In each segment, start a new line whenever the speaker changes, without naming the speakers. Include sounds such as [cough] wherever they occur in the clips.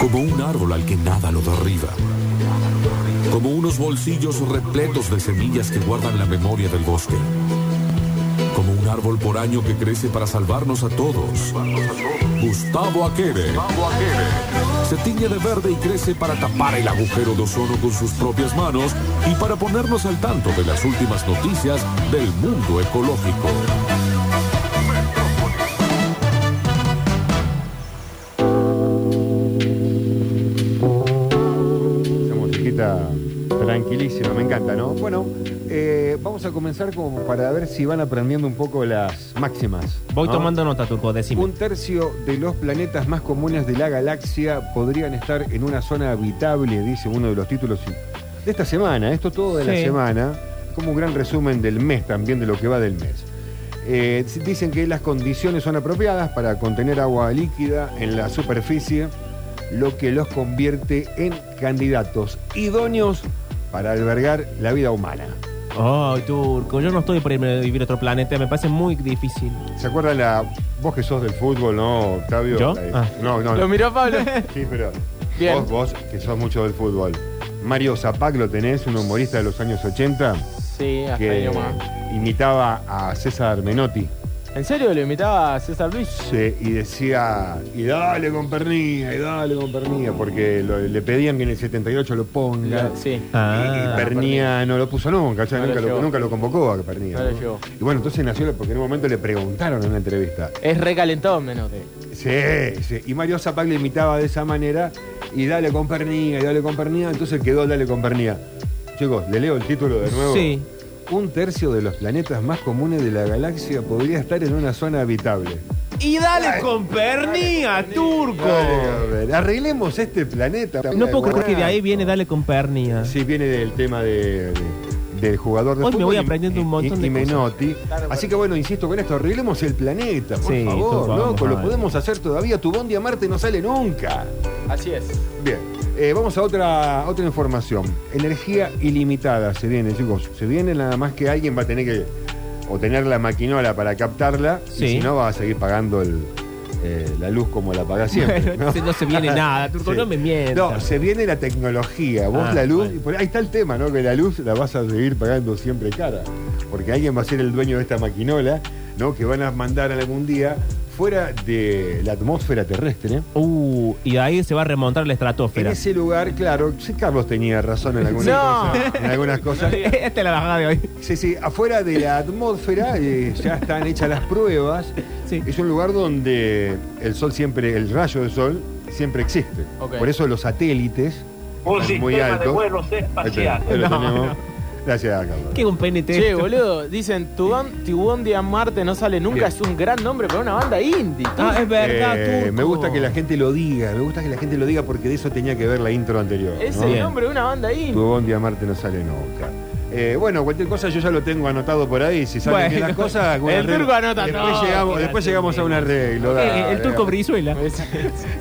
Como un árbol al que nada lo derriba. Como unos bolsillos repletos de semillas que guardan la memoria del bosque. Como un árbol por año que crece para salvarnos a todos. Gustavo Aquere. Se tiñe de verde y crece para tapar el agujero de ozono con sus propias manos y para ponernos al tanto de las últimas noticias del mundo ecológico.
Esa musiquita tranquilísima, me encanta, ¿no? Bueno, eh, vamos a comenzar como para ver si van aprendiendo un poco las máximas.
Voy
¿no?
tomando nota, Turco, decime.
Un tercio de los planetas más comunes de la galaxia podrían estar en una zona habitable, dice uno de los títulos de esta semana. Esto todo de la
Sí.
semana, como un gran resumen del mes también, de lo que va del mes. Eh, dicen que las condiciones son apropiadas para contener agua líquida en la superficie, lo que los convierte en candidatos idóneos para albergar la vida humana.
Ay, Turco, yo no estoy por irme a vivir a otro planeta, me parece muy difícil.
¿Se acuerdan la... Vos que sos del fútbol, ¿no, Octavio?
¿Yo?
La-
Ah.
No, no, no.
Lo
[laughs]
miró Pablo.
Sí, pero
Bien.
vos, vos, que sos mucho del fútbol. Mario Zapac lo tenés, un humorista de los años 80
Sí, hasta ahí
que
nomás.
imitaba a César Menotti
¿En serio lo imitaba a César Luis?
se- y decía, y dale con pernilla, y dale con pernilla, porque lo- le pedían que en el 78 lo ponga.
Lo- sí.
Y Pernía no lo puso nunca, o sea,
No lo
nunca, lo,
llevó.
nunca lo convocó a Pernía.
No lo llevó.
Y bueno, entonces nació porque en un momento le preguntaron en una entrevista,
Es recalentado menos.
Sí, sí. Y Mario Zapac le imitaba de esa manera y dale con pernía, y dale con pernía, entonces quedó dale con pernía. Chicos, le leo el título de nuevo.
Sí.
Un tercio de los planetas más comunes de la galaxia podría estar en una zona habitable.
Y dale con Pernia,
Dale, a
Turco.
ver, Arreglemos este planeta.
No puedo creer que de ahí viene dale con Pernia.
Sí, viene del tema de- de- del jugador de
Hoy me
fútbol
voy
y-
aprendiendo un
y-
montón
y,
de cosas.
Menotti. Así que bueno, insisto con esto, arreglemos el planeta, por
Sí,
favor,
Turco, vamos,
loco, lo
vamos.
podemos hacer todavía. Tu bondi a Marte no sale nunca.
Así es.
Bien, eh, vamos a otra, otra información. Energía ilimitada se viene, chicos. Se viene nada más que alguien va a tener que o tener la maquinola para captarla, y
Sí.
si no va a seguir pagando el, eh, la luz como la paga siempre.
[laughs] Bueno,
¿no?
entonces no se viene nada, Turco, no me mientas.
No, se viene la tecnología. Vos
Ah,
la luz,
bueno.
y por ahí está el tema, ¿no? Que la luz la vas a seguir pagando siempre cara. Porque alguien va a ser el dueño de esta maquinola, ¿no? Que van a mandar algún día fuera de la atmósfera terrestre.
Uh, y de ahí se va a remontar la
En
estratosfera.
ese lugar, claro, sí, Carlos tenía razón en algunas
No.
cosas. En algunas
[laughs]
cosas.
Esta es la bajada de hoy.
Sí, sí, afuera de la atmósfera eh, ya están hechas las pruebas.
Sí.
Es un lugar donde el sol siempre, el rayo del sol siempre existe.
Ok.
Por eso los satélites
Un
son muy
sistema de
altos.
vuelos
Ahí está,
espaciales.
ahí lo
No,
tenemos.
no.
Gracias, Carlos.
Qué un PNT.
Che, boludo, dicen tu, ban- tu Bondi a Marte no sale nunca.
Bien.
Es un gran nombre para una banda indie. tú.
Ah, es verdad,
Eh,
Turco.
me gusta que la gente lo diga, me gusta que la gente lo diga porque de eso tenía que ver la intro anterior.
es
¿no?
el
Bien.
nombre de una banda
Tu
indie. [laughs]
bondi a Marte no sale nunca. Eh, bueno, cualquier cosa yo ya lo tengo anotado por ahí. Si salen
Bueno.
bien las cosas, algún
El
arreglo.
turco anota
después
todo,
Llegamos,
mira,
después
sí,
llegamos a un arreglo.
Eh,
dale.
el turco Brizuela.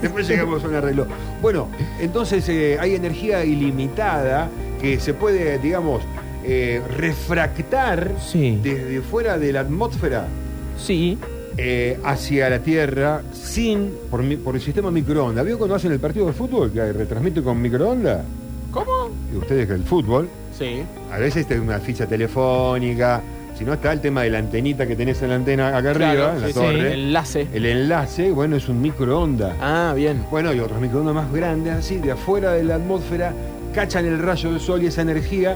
Después llegamos a un arreglo. Bueno, entonces eh, hay energía ilimitada que se puede, digamos, eh, refractar
Sí.
desde fuera de la atmósfera
Sí.
eh, hacia la Tierra sin por, mi- por el sistema microondas. ¿Vio cuando hacen el partido de fútbol que retransmite con microondas?
¿Cómo?
Y ustedes que el fútbol.
Sí.
A veces te una ficha telefónica, si no está el tema de la antenita que tenés en la antena acá arriba, en la
sí, sí,
torre.
Enlace.
El enlace, bueno, es un microondas.
Ah, bien.
Bueno, y otros microondas más grandes, así, de afuera de la atmósfera, cachan el rayo del sol y esa energía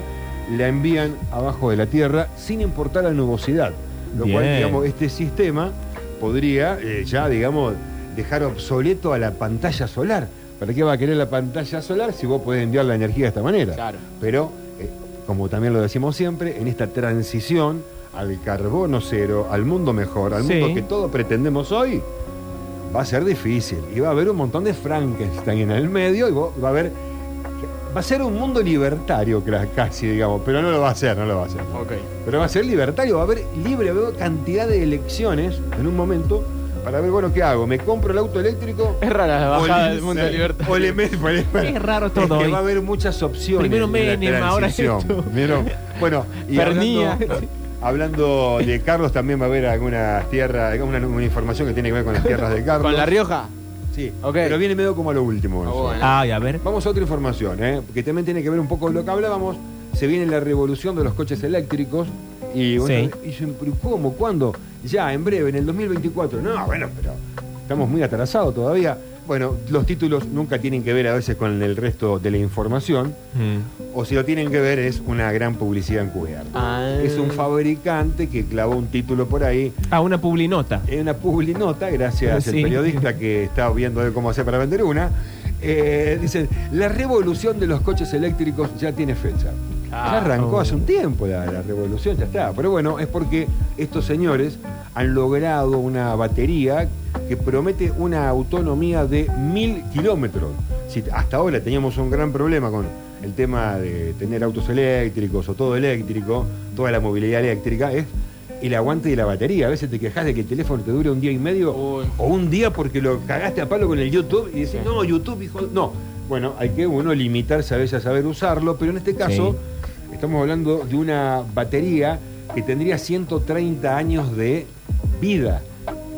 la envían abajo de la Tierra sin importar la nubosidad. Lo cual,
Bien.
digamos, este sistema podría eh, ya, digamos, dejar obsoleto a la pantalla solar. ¿Para qué va a querer la pantalla solar si vos podés enviar la energía de esta manera?
Claro.
Pero, eh, como también lo decimos siempre, en esta transición al carbono cero, al mundo mejor, al
Sí.
mundo que todos pretendemos hoy, va a ser difícil. Y va a haber un montón de Frankenstein en el medio y vos- va a haber. Va a ser un mundo libertario, cra- casi, digamos, pero no lo va a ser, no lo va a ser.
Ok.
Pero va a ser libertario, va a haber libre, va a haber cantidad de elecciones en un momento para ver, bueno, ¿qué hago? ¿Me compro el auto eléctrico? eh,
Es rara la bajada
O
del mundo de
le-
libertad.
o le [laughs] meto- le-
Es raro todo
que
hoy.
va a haber muchas opciones.
Primero
en la
Menem, ahora
transición,
esto.
¿vieron? Bueno, y
Pernía.
hablando, hablando de Carlos, también va a haber algunas tierras, alguna una información que tiene que ver con las tierras de Carlos.
Con La Rioja.
Sí,
Ok.
pero viene medio como a lo último. eso.
Ah, bueno.
Ay, a ver.
Vamos a otra información, ¿eh? que también tiene que ver un poco con lo que hablábamos. Se viene la revolución de los coches eléctricos. Y, bueno,
Sí.
y dicen, "¿Pero ¿cómo? ¿Cuándo? Ya, en breve, en el 2024. No, bueno, pero estamos muy atrasados todavía. Bueno, los títulos nunca tienen que ver a veces con el resto de la información.
Mm.
O si lo tienen que ver, es una gran publicidad encubierta.
Ah.
Es un fabricante que clavó un título por ahí.
Ah, una publinota.
Es una publinota, gracias al
Sí.
periodista que está viendo de cómo hacer para vender una. Eh, dicen, la revolución de los coches eléctricos ya tiene fecha. Ya arrancó hace un tiempo la, la revolución, ya está. Pero bueno, es porque estos señores han logrado una batería que promete una autonomía de mil kilómetros. Si hasta ahora teníamos un gran problema con el tema de tener autos eléctricos o todo eléctrico, toda la movilidad eléctrica, es el aguante de la batería. A veces te quejas de que el teléfono te dure un día y medio
Uy.
o un día porque lo cagaste a palo con el YouTube y decís, no, YouTube, hijo. No. Bueno, hay que uno limitarse a veces a saber usarlo, pero en este caso estamos hablando de una batería que tendría 130 años de vida.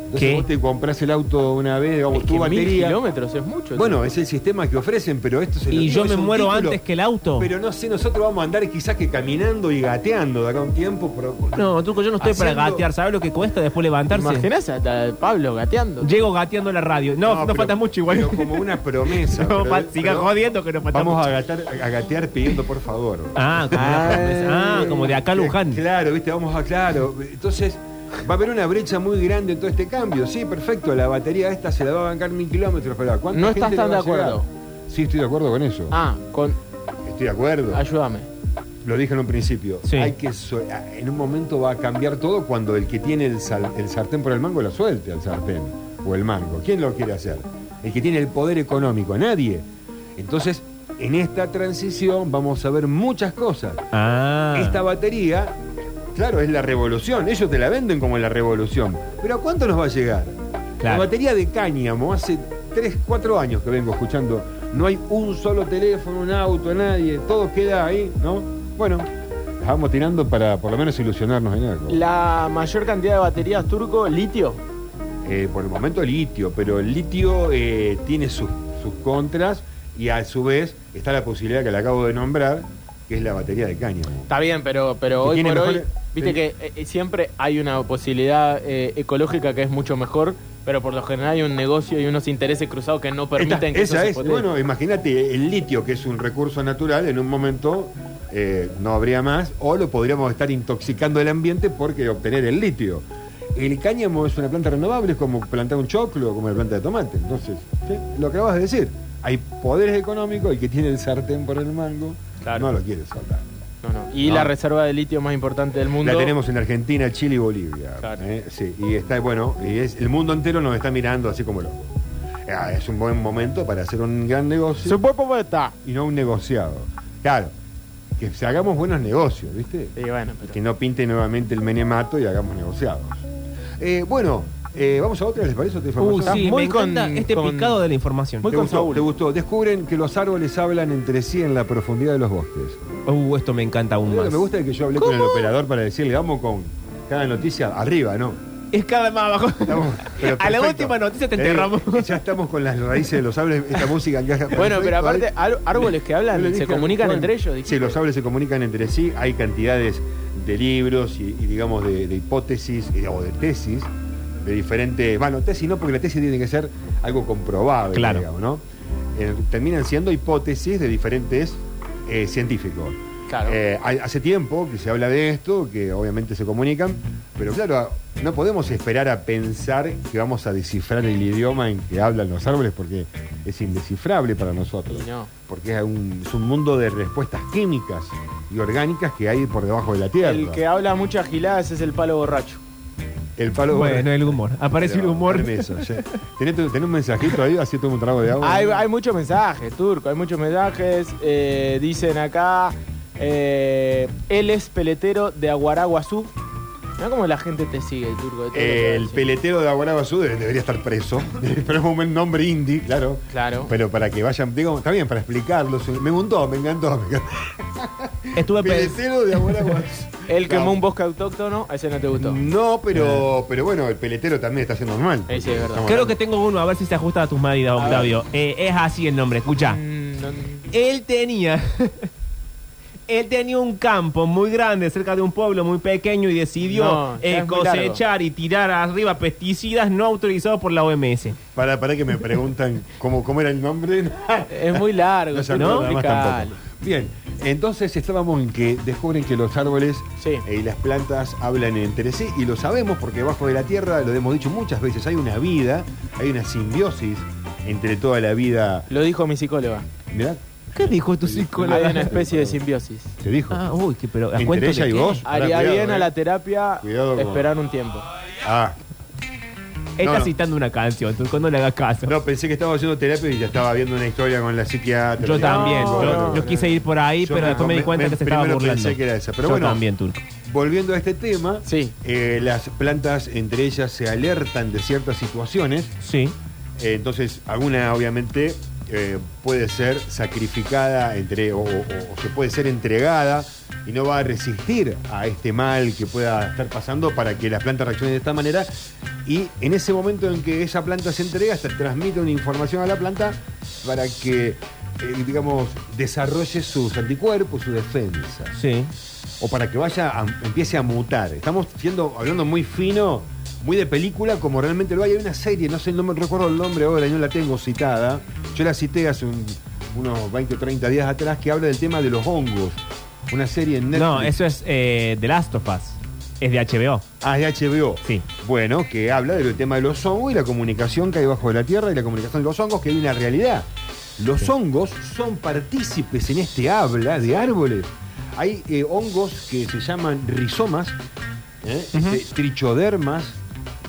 Entonces
¿Qué?
vos te compras el auto una vez, digamos,
Es que
tu
mil
batería.
kilómetros es mucho.
Bueno, es el sistema que ofrecen, pero esto se lo
Y
digo,
yo
es
me
un
muero
título.
antes que el auto.
Pero no sé, nosotros vamos a andar quizás que caminando y gateando de acá a un tiempo. Pero...
No, truco, yo no estoy para
Haciendo-
gatear. ¿Sabes lo que cuesta después
¿Te
levantarse?
imaginas a Pablo gateando?
Llego gateando a la radio. No, no,
pero-
falta mucho igual.
Pero
[laughs]
como una promesa.
No,
pero-
pa- siga
pero
jodiendo que no falta
Vamos
mucho.
a gatear, a gatear pidiendo por favor.
Ah, como, una promesa. Ah,
Ay,
como de acá a
que-
Luján.
Claro, viste, vamos a claro. Entonces, va a haber una brecha muy grande en todo este cambio. Sí, perfecto, la batería esta se la va a bancar mil kilómetros, pero ¿a cuánta
No
gente
estás
le
tan
va a
de acuerdo.
llegar? Sí, estoy de acuerdo con eso.
Ah, con.
Estoy de acuerdo.
Ayúdame.
Lo dije en un principio.
Sí.
Hay que sol- en un momento va a cambiar todo cuando el que tiene el, sal- el sartén por el mango la suelte al sartén o el mango. ¿Quién lo quiere hacer? El que tiene el poder económico, nadie. Entonces, en esta transición vamos a ver muchas cosas.
Ah.
Esta batería, claro, es la revolución. Ellos te la venden como la revolución. Pero ¿a cuánto nos va a llegar? La
Claro.
batería de cáñamo, hace 3, 4 años que vengo escuchando. No hay un solo teléfono, un auto, nadie. Todo queda ahí, ¿no? Bueno, las vamos tirando para por lo menos ilusionarnos en algo.
La mayor cantidad de baterías turco, litio.
Eh, por el momento litio, pero el litio eh, tiene sus, sus contras y a su vez está la posibilidad que le acabo de nombrar, que es la batería de cáñamo.
Está bien, pero, pero
Que
hoy
tiene
por hoy,
mejores-
viste que eh, eh, siempre hay una posibilidad eh, ecológica que es mucho mejor, pero por lo general hay un negocio y unos intereses cruzados que no permiten
Esta-
que
esa
eso se
es,
potencie.
bueno, imagínate, el litio, que es un recurso natural, en un momento eh, no habría más, o lo podríamos estar intoxicando el ambiente porque obtener el litio. El cáñamo es una planta renovable, es como plantar un choclo, como la planta de tomate. Entonces, ¿sí? lo acabas de decir, hay poderes económicos, el que tiene el sartén por el mango,
Claro.
no lo quiere soltar.
No, no. Y
No.
la reserva de litio más importante del mundo.
La tenemos en Argentina, Chile y Bolivia.
Claro.
¿eh? Sí, y está bueno, y es, el mundo entero nos está mirando así como loco. Ah, es un buen momento para hacer un gran negocio.
Se puede porque está.
y no un negociado. Claro, que se hagamos buenos negocios, ¿viste?
Y bueno, pero-
Que no pinte nuevamente el menemato y hagamos negociados. Eh, bueno, eh, vamos a otra, ¿les parece otra
Uh,
información?
sí,
muy
me encanta
con-
este
con-
picado de la información.
Muy
¿Te,
con
gustó,
Saúl.
¿Te gustó? Descubren que los árboles hablan entre sí en la profundidad de los bosques.
Uh, esto me encanta aún
Lo que
más.
me gusta es que yo hablé con el operador para decirle, vamos con cada noticia arriba, ¿no?
Es cada vez más abajo.
Estamos- pero
a la
perfecto.
última noticia te
Le digo,
enterramos.
ya estamos con las raíces de los árboles, esta música encaja
Bueno, pero
perfecto ahí.
aparte, ar- árboles que
Yo le
hablan,
dije
se
a
comunican
Juan,
entre ellos.
Sí,
dijiste.
los árboles se comunican entre sí, hay cantidades de libros y, y digamos de, de hipótesis eh, o de tesis de diferentes. Bueno, tesis no, porque la tesis tiene que ser algo comprobable,
Claro.
digamos, ¿no? Eh, terminan siendo hipótesis de diferentes eh, científicos.
Claro.
Eh, hay- hace tiempo que se habla de esto, que obviamente se comunican, pero claro, no podemos esperar a pensar que vamos a descifrar el idioma en que hablan los árboles porque es indescifrable para nosotros
Y no.
porque es un, es un mundo de respuestas químicas y orgánicas que hay por debajo de la tierra.
El que habla muchas giladas es el palo borracho.
El palo
[laughs] Bueno, el humor. Aparece
Pero,
el humor.
permiso, sí. ¿Tenés, tu- tenés un mensajito ahí, así tomo un trago de agua.
Hay, hay muchos mensajes, Turco, hay muchos mensajes. eh, dicen acá, eh, él es peletero de Aguaraguazú. Mira cómo la gente te sigue, Turco. de todos
Eh, el
lados, sí.
peletero de Aguaraba Sur debe- debería estar preso. [laughs] Pero es un buen nombre indie, claro.
Claro.
Pero para que vayan, digo, está bien, para explicarlo. sí. Me gustó, me encantó. me encantó.
Estuve pensando.
Peletero de
[laughs]
Abuela
Él quemó
No.
un bosque autóctono, a ese no te gustó.
No, pero, pero bueno, el peletero también está haciendo normal.
Eh, sí, es verdad.
Creo que tengo uno, a ver si se ajusta a tus maridos,
ver.
Octavio. Eh, es así el nombre, escucha.
Mm, no-
Él tenía. [laughs] Él tenía un campo muy grande cerca de un pueblo muy pequeño y decidió
No, ya
eh,
es muy
cosechar y tirar arriba pesticidas no autorizados por la OMS.
Para, para que me preguntan cómo, cómo era el nombre.
es muy
[laughs]
largo,
No se
Turco,
acuerda más
explícale.
tampoco. Bien, entonces estábamos en que descubren que los árboles
Sí.
eh, y las plantas hablan entre sí y lo sabemos porque debajo de la tierra, lo hemos dicho muchas veces, hay una vida, hay una simbiosis entre toda la vida.
Lo dijo mi psicóloga.
Mirá,
¿Qué dijo tu
Hay
psicóloga?
una especie de simbiosis.
te dijo.
Ah, uy, que, pero ¿a
Entre
cuento de
ella y
qué?
vos. Ahora,
Haría
cuidado,
bien
eh.
a la terapia
Cuidado con-
esperar un tiempo.
Ah,
Está
No, no.
citando una canción, tú cuando le hagas caso.
no, pensé que estaba haciendo terapia y ya estaba viendo una historia con la psiquiatra.
yo
No,
también,
no,
yo,
no,
yo
no.
quise ir por ahí,
Yo
pero
me-
después me di
me-
cuenta
me-
que se estaba
primero
burlando.
pensé que era esa, pero
yo
bueno.
también, Turco.
Volviendo a este tema,
Sí.
eh, las plantas entre ellas se alertan de ciertas situaciones
Sí.
Eh, entonces, alguna obviamente eh, puede ser sacrificada entre, o, o- o se puede ser entregada y no va a resistir a este mal que pueda estar pasando para que las plantas reaccionen de esta manera. Y en ese momento en que esa planta se entrega, se transmite una información a la planta para que, eh, digamos, desarrolle sus anticuerpos, sus defensas
Sí.
o para que vaya a- empiece a mutar. Estamos siendo, hablando muy fino, muy de película, como realmente lo hay. Hay una serie, no sé, no me recuerdo el nombre ahora, yo la tengo citada. Yo la cité hace un- unos 20 o 30 días atrás que habla del tema de los hongos. Una serie en Netflix.
No, eso es eh, The Last of Us. Es de HBO.
Ah, es de HBO.
Sí.
Bueno, que habla del tema de los hongos y la comunicación que hay bajo de la tierra y la comunicación de los hongos, que hay una realidad. Los hongos son partícipes en este habla de árboles. Hay eh, hongos que se llaman rizomas, ¿eh? Este, trichodermas,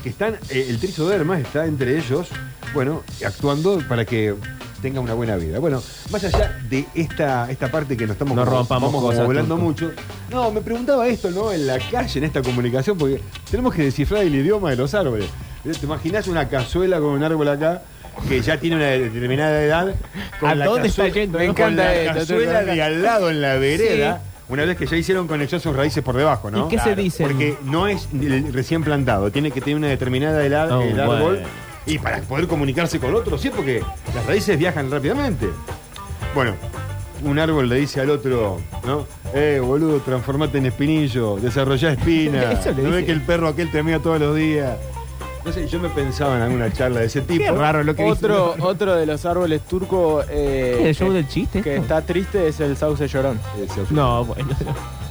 que están, eh, el trichoderma está entre ellos, bueno, actuando para que tenga una buena vida. Bueno, más allá de esta, esta parte que nos estamos
No
como-
rompamos
vamos como
cosas,
volando
Turco.
mucho. No, me preguntaba esto, ¿no? En la calle, en esta comunicación, porque tenemos que descifrar el idioma de los árboles. ¿Te imaginas una cazuela con un árbol acá que ya tiene una determinada edad? Con
¿A
la
dónde está
cazuela-
yendo?
Me
con
encanta
la
esto,
cazuela
Turco.
de al lado en la vereda. Una vez que ya hicieron conexión sus raíces por debajo, ¿no?
¿Y qué se dicen?
Porque no es el recién plantado, tiene que tener una determinada edad
Oh,
el árbol.
bueno.
Y para poder comunicarse con otro, sí, porque las raíces viajan rápidamente. Bueno, un árbol le dice al otro, ¿no? Eh, boludo, transformate en espinillo, desarrollá espina.
[laughs] Eso le
¿No
dice.
ves que el perro aquel te mira todos los días? No sé, yo me pensaba en alguna charla de ese tipo.
Qué raro lo que
Otro, otro de los árboles turcos eh,
¿Es [laughs] el show
que-
del chiste?
[laughs] que
esto?
está triste es el sauce llorón.
Ese-
No, bueno.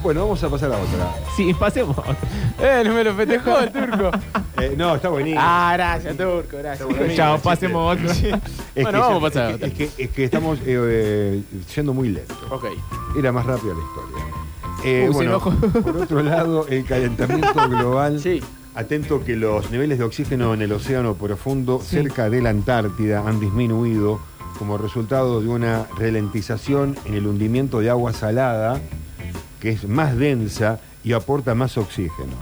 Bueno, vamos a pasar a otra.
Sí, pasemos.
Eh, no me lo festejó el [laughs] turco.
Eh, no, está buenísimo.
ah, gracias, turco, gracias.
Está bueno. [laughs]
Chao,
sí,
pasemos otro.
Es
bueno,
que-
vamos a pasar
es
a
que, es que- es que estamos eh, eh, yendo muy lento.
Ok.
Era más rápida la historia. Eh,
Uy, se
bueno,
enojó.
por otro lado, el calentamiento global.
Sí.
Atento que los niveles de oxígeno en el océano profundo
Sí.
cerca de la Antártida han disminuido como resultado de una ralentización en el hundimiento de agua salada que es más densa y aporta más oxígeno.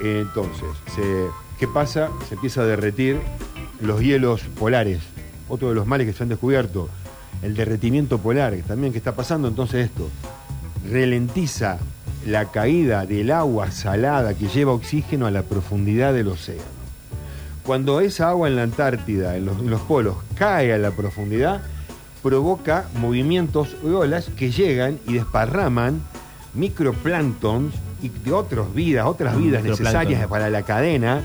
Entonces, se- ¿qué pasa? Se empieza a derretir los hielos polares, otro de los males que se han descubierto, el derretimiento polar, que también que está pasando entonces esto, ralentiza la caída del agua salada que lleva oxígeno a la profundidad del océano. Cuando esa agua en la Antártida, en los, en los polos, cae a la profundidad, provoca movimientos de olas que llegan y desparraman microplanktons y de otras vidas, otras vidas
Microplancton.
necesarias para la cadena,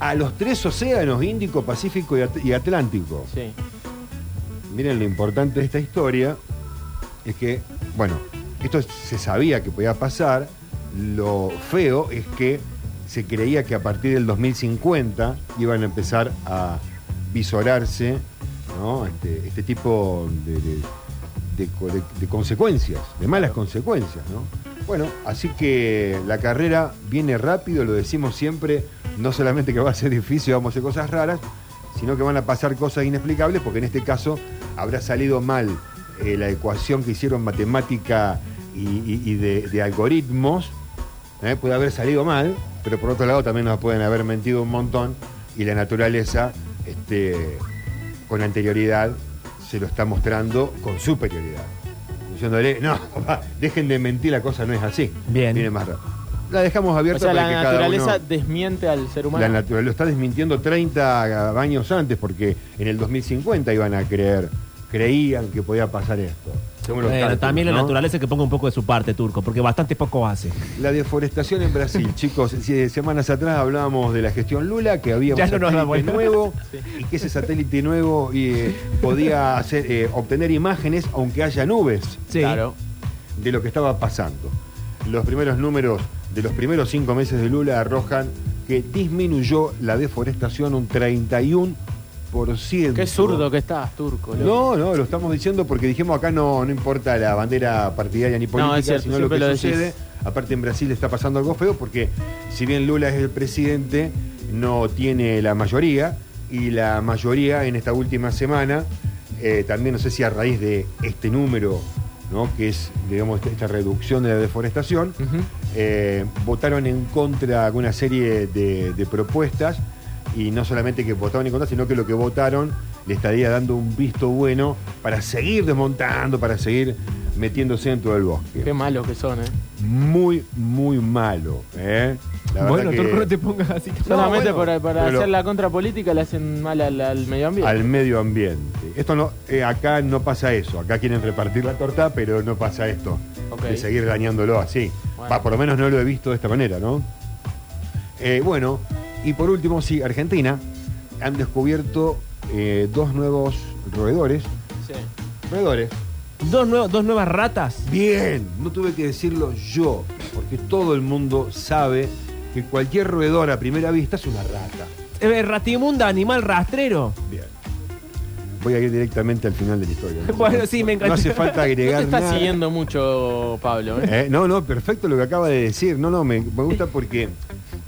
a los tres océanos, Índico, Pacífico y At- y Atlántico.
Sí.
Miren, lo importante de esta historia es que, bueno, esto se sabía que podía pasar. Lo feo es que se creía que a partir del 2050 iban a empezar a visorarse ¿no? este, este tipo de, de- de co- de- de consecuencias, de malas consecuencias. ¿no? Bueno, así que la carrera viene rápido, lo decimos siempre, no solamente que va a ser difícil, vamos a hacer cosas raras, sino que van a pasar cosas inexplicables, porque en este caso habrá salido mal eh, la ecuación que hicieron matemática y, y- y de, de algoritmos, ¿eh? puede haber salido mal, pero por otro lado también nos pueden haber mentido un montón y la naturaleza este, con anterioridad se lo está mostrando con superioridad. ¿No es diciéndole, no, papá, dejen de mentir, la cosa no es así.
Bien.
Tiene más ra- La dejamos
O
abierta
sea,
para
la
que cada
naturaleza
uno...
desmiente al ser humano.
La naturaleza lo está desmintiendo 30 años antes, porque en el 2050 iban a creer, creían que podía pasar esto. según los
Bueno,
cálculos,
también la
¿no?
naturaleza que ponga un poco de su parte, Turco, porque bastante poco hace.
La deforestación en
[laughs]
Brasil, chicos. Si- Semanas atrás hablábamos de la gestión Lula, que había
Ya
un
no nos
satélite
da vuelta.
nuevo y que ese satélite nuevo eh, podía hacer, eh, obtener imágenes aunque haya nubes
Sí.
Claro.
de lo que estaba pasando. Los primeros números de los primeros cinco meses de Lula arrojan que disminuyó la deforestación un 31%.
Qué zurdo que estás, turco. loco.
No, no, lo estamos diciendo porque dijimos acá no, no importa la bandera partidaria ni política,
es cierto,
sino lo que
siempre lo decís.
sucede. Aparte en Brasil está pasando algo feo porque si bien Lula es el presidente, no tiene la mayoría y la mayoría en esta última semana, eh, también no sé si a raíz de este número, ¿no? que es digamos esta- esta reducción de la deforestación,
Ujú.
eh, votaron en contra de una serie de, de propuestas y no solamente que votaron en contra, sino que lo que votaron le estaría dando un visto bueno para seguir desmontando, para seguir metiéndose dentro del bosque.
Qué malos que son, eh.
Muy, muy malo. ¿eh? La verdad
bueno,
que
Turco, no te pongas así.
Solamente
bueno,
para, para
pero-
hacer la contrapolítica le hacen mal al, al medio ambiente.
al medio ambiente. Esto no, eh, acá no pasa eso. Acá quieren repartir la torta, pero no pasa esto.
Ok.
De seguir dañándolo así.
Bueno.
Va, por lo menos no lo he visto de esta manera, ¿no? Eh, bueno, y por último, sí, Argentina han descubierto eh, dos nuevos roedores.
Sí.
Roedores.
Dos, nuevos- dos nuevas ratas.
Bien, no tuve que decirlo yo, porque todo el mundo sabe que cualquier roedor a primera vista es una rata.
Eh, ratimunda, animal rastrero.
Bien. Voy a ir directamente al final de la historia. ¿no?
[laughs] Bueno, sí, me
No
encantó.
hace falta
No
agregar
te estás
nada.
siguiendo mucho, Pablo. ¿eh?
Eh, no, no, perfecto lo que acaba de decir. No, no, me, me gusta porque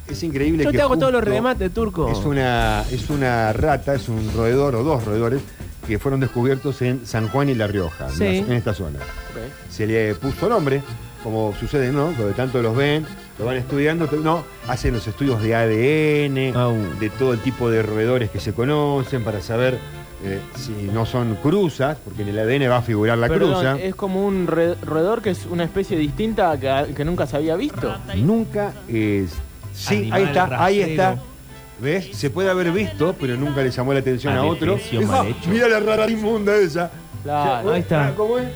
es increíble
Yo
que
te hago todos los
justo
remates, Turco.
Es una, es una rata, es un roedor o dos roedores que fueron descubiertos en San Juan y La Rioja, en
Sí.
la- en esta zona.
Ok.
Se le puso nombre, como sucede, ¿no? Lo de tanto los ven, lo van estudiando, te- no, hacen los estudios de ADN,
Au.
de todo el tipo de roedores que se conocen para saber eh, si no son cruzas, porque en el ADN va a figurar la
Perdón,
cruza.
Es como un re- roedor que es una especie distinta que, que nunca se había visto.
Nunca es. Sí,
Animal
ahí está, ahí
rastrero.
está. ¿Ves? Se puede haber visto, pero nunca le llamó la atención a otro.
Adefesio
Dijo,
mal
"Ah,
hecho".
mira la rara inmunda esa.
Claro.
Ahí está.
Ah, ¿Cómo es?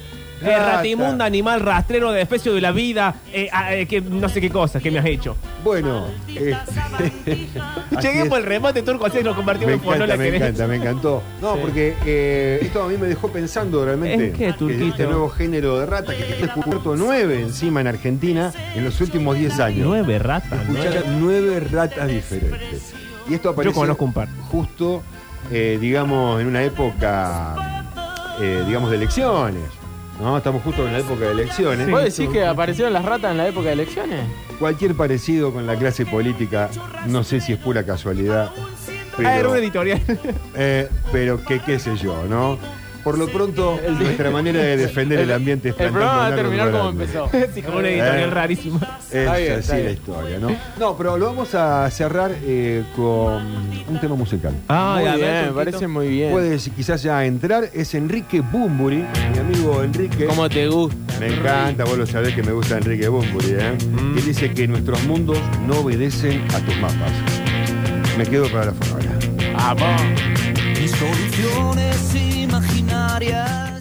Eh,
Ah,
ratimunda,
está.
animal rastrero de especio de la vida. eh, ah, eh, que no sé qué cosa que me has hecho.
Bueno, [laughs] este, así
Lleguemos
es.
al remate, Turco, así nos convertimos
me
en Fonola
encanta, me
querés.
encanta, me encantó. No,
Sí.
porque eh, esto a mí me dejó pensando realmente
¿En qué,
que
Turquito?
este nuevo género de rata que se está descubierto nueve encima en Argentina en los últimos 10 años.
Nueve ratas.
Escuchar
nueve.
nueve ratas diferentes. Y esto aparece
conozco un par.
justo, eh, digamos, en una época, eh, digamos, de elecciones. ¿no? Estamos justo en la época de elecciones.
¿Vos decís que aparecieron las ratas en la época de elecciones?
Cualquier parecido con la clase política, no sé si es pura casualidad,
Ah, era
pero,
un editorial. [laughs]
eh, pero que qué sé yo, ¿no? Por lo pronto, nuestra manera
[laughs]
de defender el ambiente es
El
plantando
programa va a
un árbol
terminar como
grande.
empezó. [laughs]
sí, como un editorial
Eh.
rarísimo.
Es
Está bien,
así
está
la
bien.
historia, ¿no? No, pero lo vamos a cerrar eh, con un tema musical.
Ay,
muy
a ver,
bien, me
Turquito.
parece muy bien.
Puedes quizás ya entrar, es Enrique Bumburi, mi amigo Enrique.
¿Cómo te gusta?
Me encanta, vos lo sabés que me gusta Enrique Bumburi, ¿eh?
Mm.
Él dice que nuestros mundos no obedecen a tus mapas. Me quedo para la fonogra.
Vamos.
y soluciones imaginarias.